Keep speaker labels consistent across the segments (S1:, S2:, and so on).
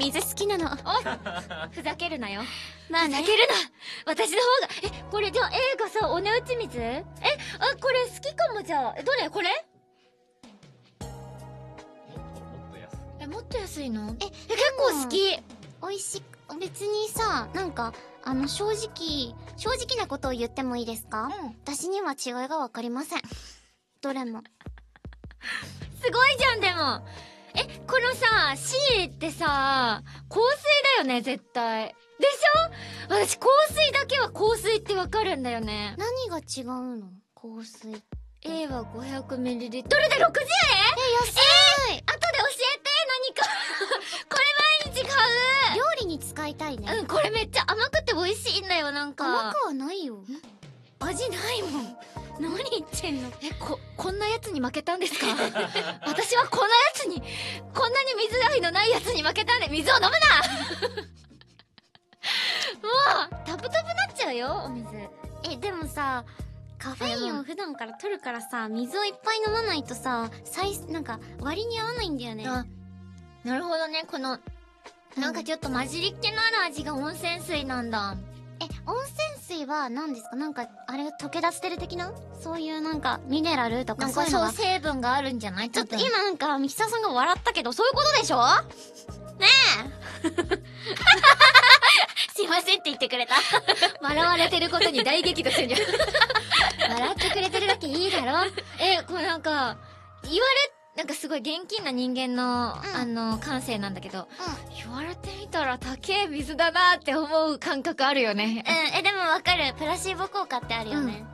S1: 水好きなの。
S2: おいふざけるなよ。
S1: まあ
S2: ふざ
S1: ね。
S2: けるな私の方が、え、これじゃあ A がさ、お値打ち水え、あ、これ好きかもじゃあ。え、どれこれ
S3: もっと安い。
S2: え、もっと安いの
S1: え、
S2: え、結構好き。
S1: 美味しく、別にさ、なんか、あの、正直、正直なことを言ってもいいですか、
S2: うん
S1: 私には違いがわかりません。どれも。
S2: すごいじゃん、でも。え、このさ、C ってさ、香水だよね、絶対。でしょ私、香水だけは香水ってわかるんだよね。
S1: 何が違うの香水。え、
S2: A は 500ml で60円え、
S1: 安い、
S2: 安い後で教えて、何か。 これ毎日買
S1: 料理に使いたいね。
S2: う。うん、これめっちゃ甘くて美味しいんだよ、なんか。
S1: 甘くはないよ。
S2: 味ないもん。何言ってんのえ、こ、こんなやつに負けたんですか 私はこんなやつに、こんなに水愛のないやつに負けたんで、水を飲む なもう、タブタブなっちゃうよ、お水。
S1: え、でもさ、カフェインを普段から取るからさ、水をいっぱい飲まないとさ、最、なんか、割に合わないんだよね。
S2: あ、なるほどね、この、なんかちょっと混じりっ気のある味が温泉水なんだ。
S1: え、温泉水は何ですかなんか、あれ、溶け出してる的なそういうなんか、ミネラルと
S2: な
S1: か
S2: ん
S1: そう
S2: か
S1: いうの
S2: そう
S1: が。
S2: 成分があるんじゃない
S1: ちょっと
S2: 多分
S1: 今なんか、ミキサーさんが笑ったけど、そういうことでしょねえすいませんって言ってくれた。
S2: 笑われてることに大激怒するじゃん。笑ってくれてるだけいいだろ え、こうなんか、言われ、なんかすごい現金な人間の、
S1: うん
S2: あの、感性なんだけど、言われてみたら高え水だなって思う感覚あるよね。
S1: うん、え、でもわかる。プラシーボ効果ってあるよね。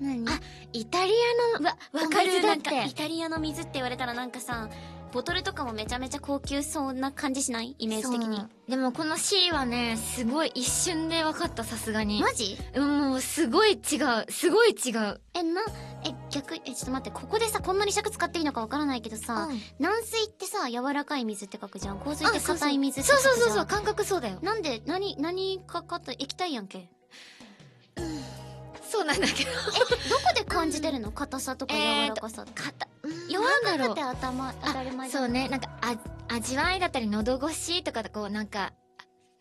S1: 何
S2: あイタリアの、わ、わかるだ
S1: な
S2: っ
S1: んか、イ
S2: て。
S1: タリアの水って言われたらなんかさ、ボトルとかもめちゃめちゃ高級そうな感じしないイメージ的に
S2: そう。。でもこの C はね、すごい一瞬で分かった、さすがに。
S1: マジ
S2: うんもうすごい違う、すごい違う。
S1: え、な、え、逆、え、ちょっと待って、ここでさ、こんなに尺使っていいのかわからないけどさ、軟水ってさ、柔らかい水って書くじゃん。硬水って
S2: あそうそう
S1: 硬い水って
S2: そ
S1: 書
S2: う
S1: くじゃ
S2: そ
S1: ん。
S2: うそうそう、感覚そうだよ。
S1: なんで、何、何かかった、液体や んけ。ど
S2: そうなんだけど。
S1: こで感じてるの硬さとか柔らかさって。
S2: 硬
S1: 柔らかくて頭、当たり
S2: あ
S1: 前じゃ
S2: そ
S1: な
S2: う
S1: い
S2: ねなんかあ味わいだったり喉越しとかこうなんか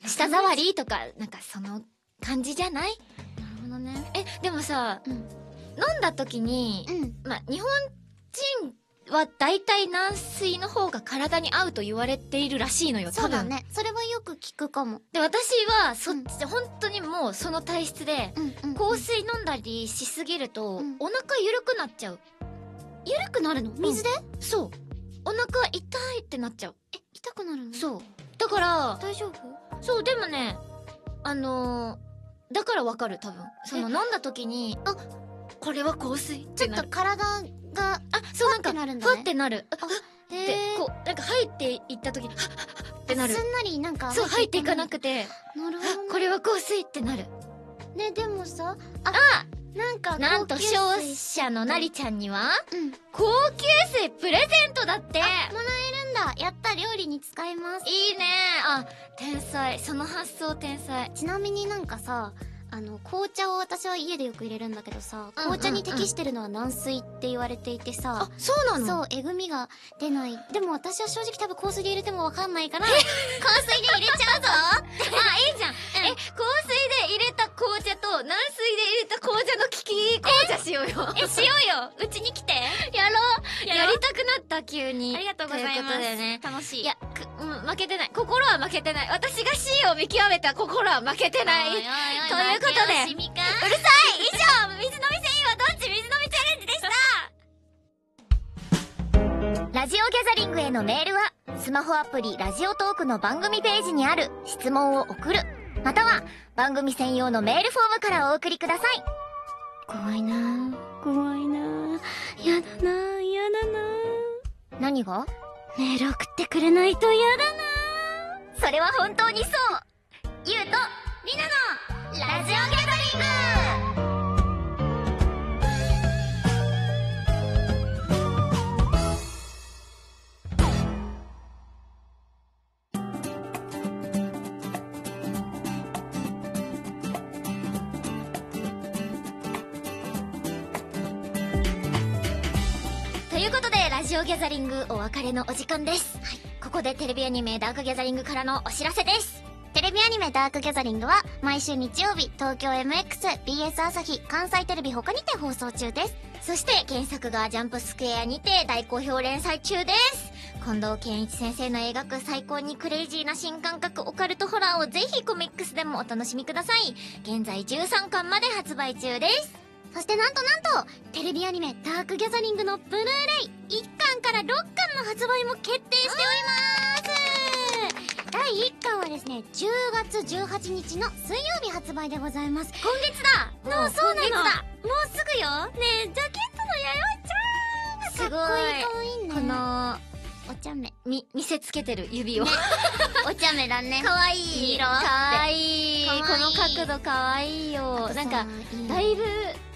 S2: 舌触りとかなんかその感じじゃない
S1: なるほどね。
S2: えでもさ、
S1: うん
S2: 飲んだ時に
S1: う、ん。
S2: まあ、日本人は大体軟水の方が体に合うと言われているらしいのよ多
S1: そう
S2: 分
S1: だね。それはよく聞くかも。
S2: で私はそっ
S1: うん
S2: ち、本当にもうその体質で
S1: うん、うん。
S2: 香水飲んだりしすぎると、
S1: うん
S2: お腹緩くなっちゃう
S1: 緩くなるの水で、
S2: そうお腹痛いってなっちゃう
S1: え、痛くなるのう。
S2: そうだから
S1: 大丈夫
S2: そうでもねあのーだからわかる多分その
S1: え
S2: 飲んだ時にあこれは香水って
S1: ちょっ
S2: な
S1: と
S2: る
S1: 体が、
S2: あそうなん
S1: ふわって
S2: か
S1: なるんだ
S2: ふ
S1: ね
S2: わってなるあっ
S1: へ
S2: て
S1: ー
S2: こうなんか入っていった時にはっはっはっってなる
S1: すんなりなんか
S2: そう入っていかなくて
S1: なるほどね
S2: あこれは香水ってなる
S1: ねでもさあなんか
S2: なんと
S1: 高級水
S2: 勝者のなりちゃんには
S1: うんも
S2: 高級水プレゼントだって
S1: らえるんだやった料理に使います
S2: いいねあ天才その発想天才
S1: ちなみになんかさあの紅茶を私は家でよく入れるんだけどさ紅茶に適してるのは軟水って言われていてさ、
S2: あそうなの
S1: そうえぐみが出ないでも私は正直多分香水で入れてもわかんないから香水で入れち ゃうぞ
S2: あ、いいじゃん。え、香水で入れた紅茶と、軟水で入れた紅茶の利き紅茶しようよ。
S1: えしようようちに来て
S2: やろう
S1: や
S2: や
S1: ろう
S2: りたくなった、急に。
S1: ありがとうございます
S2: ということでね。
S1: 楽しい
S2: いや、くうん、負けてない。心は負けてない。私が C を見極めた心は負けてない。
S1: おいおい
S2: ということ
S1: おい
S2: で、
S1: 負け惜し
S2: うるさい以上、水飲み繊維はどっち水飲みチャレンジでした
S4: ラジオギャザリングへのメールは、スマホアプリラジオトークの番組ページにある質問を送る、または番組専用のメールフォームからお送りください。
S1: 怖いなぁ怖いなぁやだなぁやだな
S4: 何が
S1: ぁメール送ってくれないとやだな
S4: それは本当にそうゆうとりなのラジオギャザリングということでラジオギャザリングお別れのお時間です、こここでテレビアニメダークギャザリングからのお知らせです
S1: テレビアニメダークギャザリングは毎週日曜日東京 MX、BS 朝日、関西テレビ他にて放送中です。
S4: そして原作がジャンプスクエアにて大好評連載中です近藤健一先生の描く最高にクレイジーな新感覚オカルトホラーをぜひコミックスでもお楽しみください現在13巻まで発売中です
S1: そしてなんとなんと、テレビアニメダークギャザリングのブルーレイ1巻から6巻の発売も決定しております第1巻はですね、10月18日の水曜日発売でございます。
S4: 今月だ
S1: もうそうなの
S4: もうすぐよねえジャケットの弥生ちゃん
S1: かっこいい、
S4: す
S1: かわいいね。
S4: この
S1: お茶目。
S2: み、見せつけてる指を。
S1: お茶目だね。
S4: かわい
S1: い
S4: い
S1: 色
S2: かわいい。
S1: か
S2: こ
S1: わいい
S2: の角度かわいいよ。なんか、、だいぶ、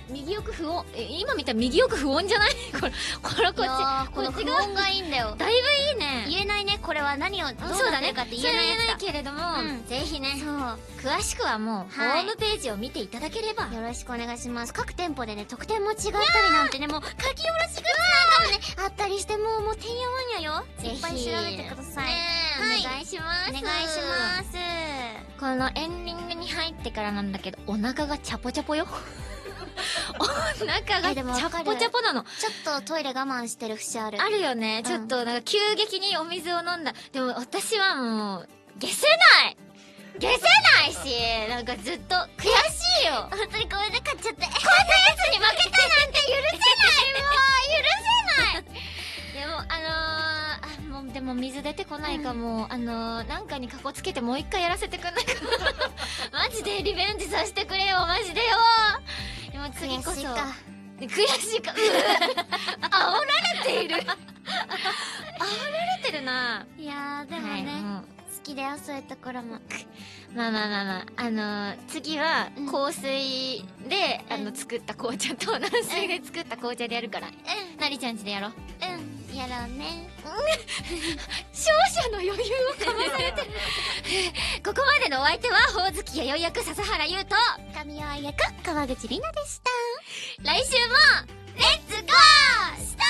S2: 右奥不穏、え今見たら右奥不穏じゃない これ、これこっち。
S1: この
S2: こっ
S1: 不
S2: ち側
S1: 穏がいいんだよ。
S2: だいぶいいね。
S1: 言えないね、これは何を、どうな
S2: そうだ
S1: って
S2: ね。
S1: るかって
S2: そ
S1: 言
S2: れ
S1: えないや
S2: 言えない
S1: つ
S2: けれども、
S1: うん
S2: ぜひね、
S1: だ。
S2: 詳しくはもう、ホ
S1: はい
S2: ームページを見ていただければ。
S1: そう。よろしくお願いします。各店舗でね、特典も違ったりなんてね、もう、書き下ろしグッズなんかもね、あったりして、もう、もう、てんやわんやよ。
S4: ぜひ
S1: いっぱい調べてください。
S4: ね
S1: はい
S4: お願いします
S1: お願いします。
S2: このエンディングに入ってからなんだけど、お腹がチャポチ ャポよ。お腹が
S1: え
S2: チ
S1: でもわか
S2: ャ
S1: る
S2: ポチャポなの。
S1: ちょっとトイレ我慢してる節ある。
S2: あるよね。
S1: うん
S2: ちょっと、なんか急激にお水を飲んだ。でも私はもう、消せない消せないし、なんかずっと悔しいよ。
S1: 本当にごめんね、買っちゃって。
S2: つに負けたなんて許せないもう、許せないでも、あのー、あもう、でも水出てこないかも、あのー、なんかにかこつけてもう一回やらせてくんないかな。 マジでリベンジさせてくれよ、マジでよ。でも次こそ。
S1: 悔しいか
S2: 悔しいか。うう煽られている。煽られてるな。
S1: いやー、でも
S2: はい
S1: ね、
S2: もう
S1: 好きだよ、そういうところも。
S2: まあまあまあまあ、あのー次は
S1: うん
S2: 香水で、
S1: うん
S2: あの、作った紅茶と、軟水で作った紅茶でやるから、
S1: う
S2: なりちゃんちでやろう。
S1: ん、うん、やろうね。
S2: 勝者の余裕をかまされてる。ここまでのお相手は、ほおずき弥生役笹原優と、
S1: 神尾愛役、川口里奈でした。
S2: 来週も、レッツゴースター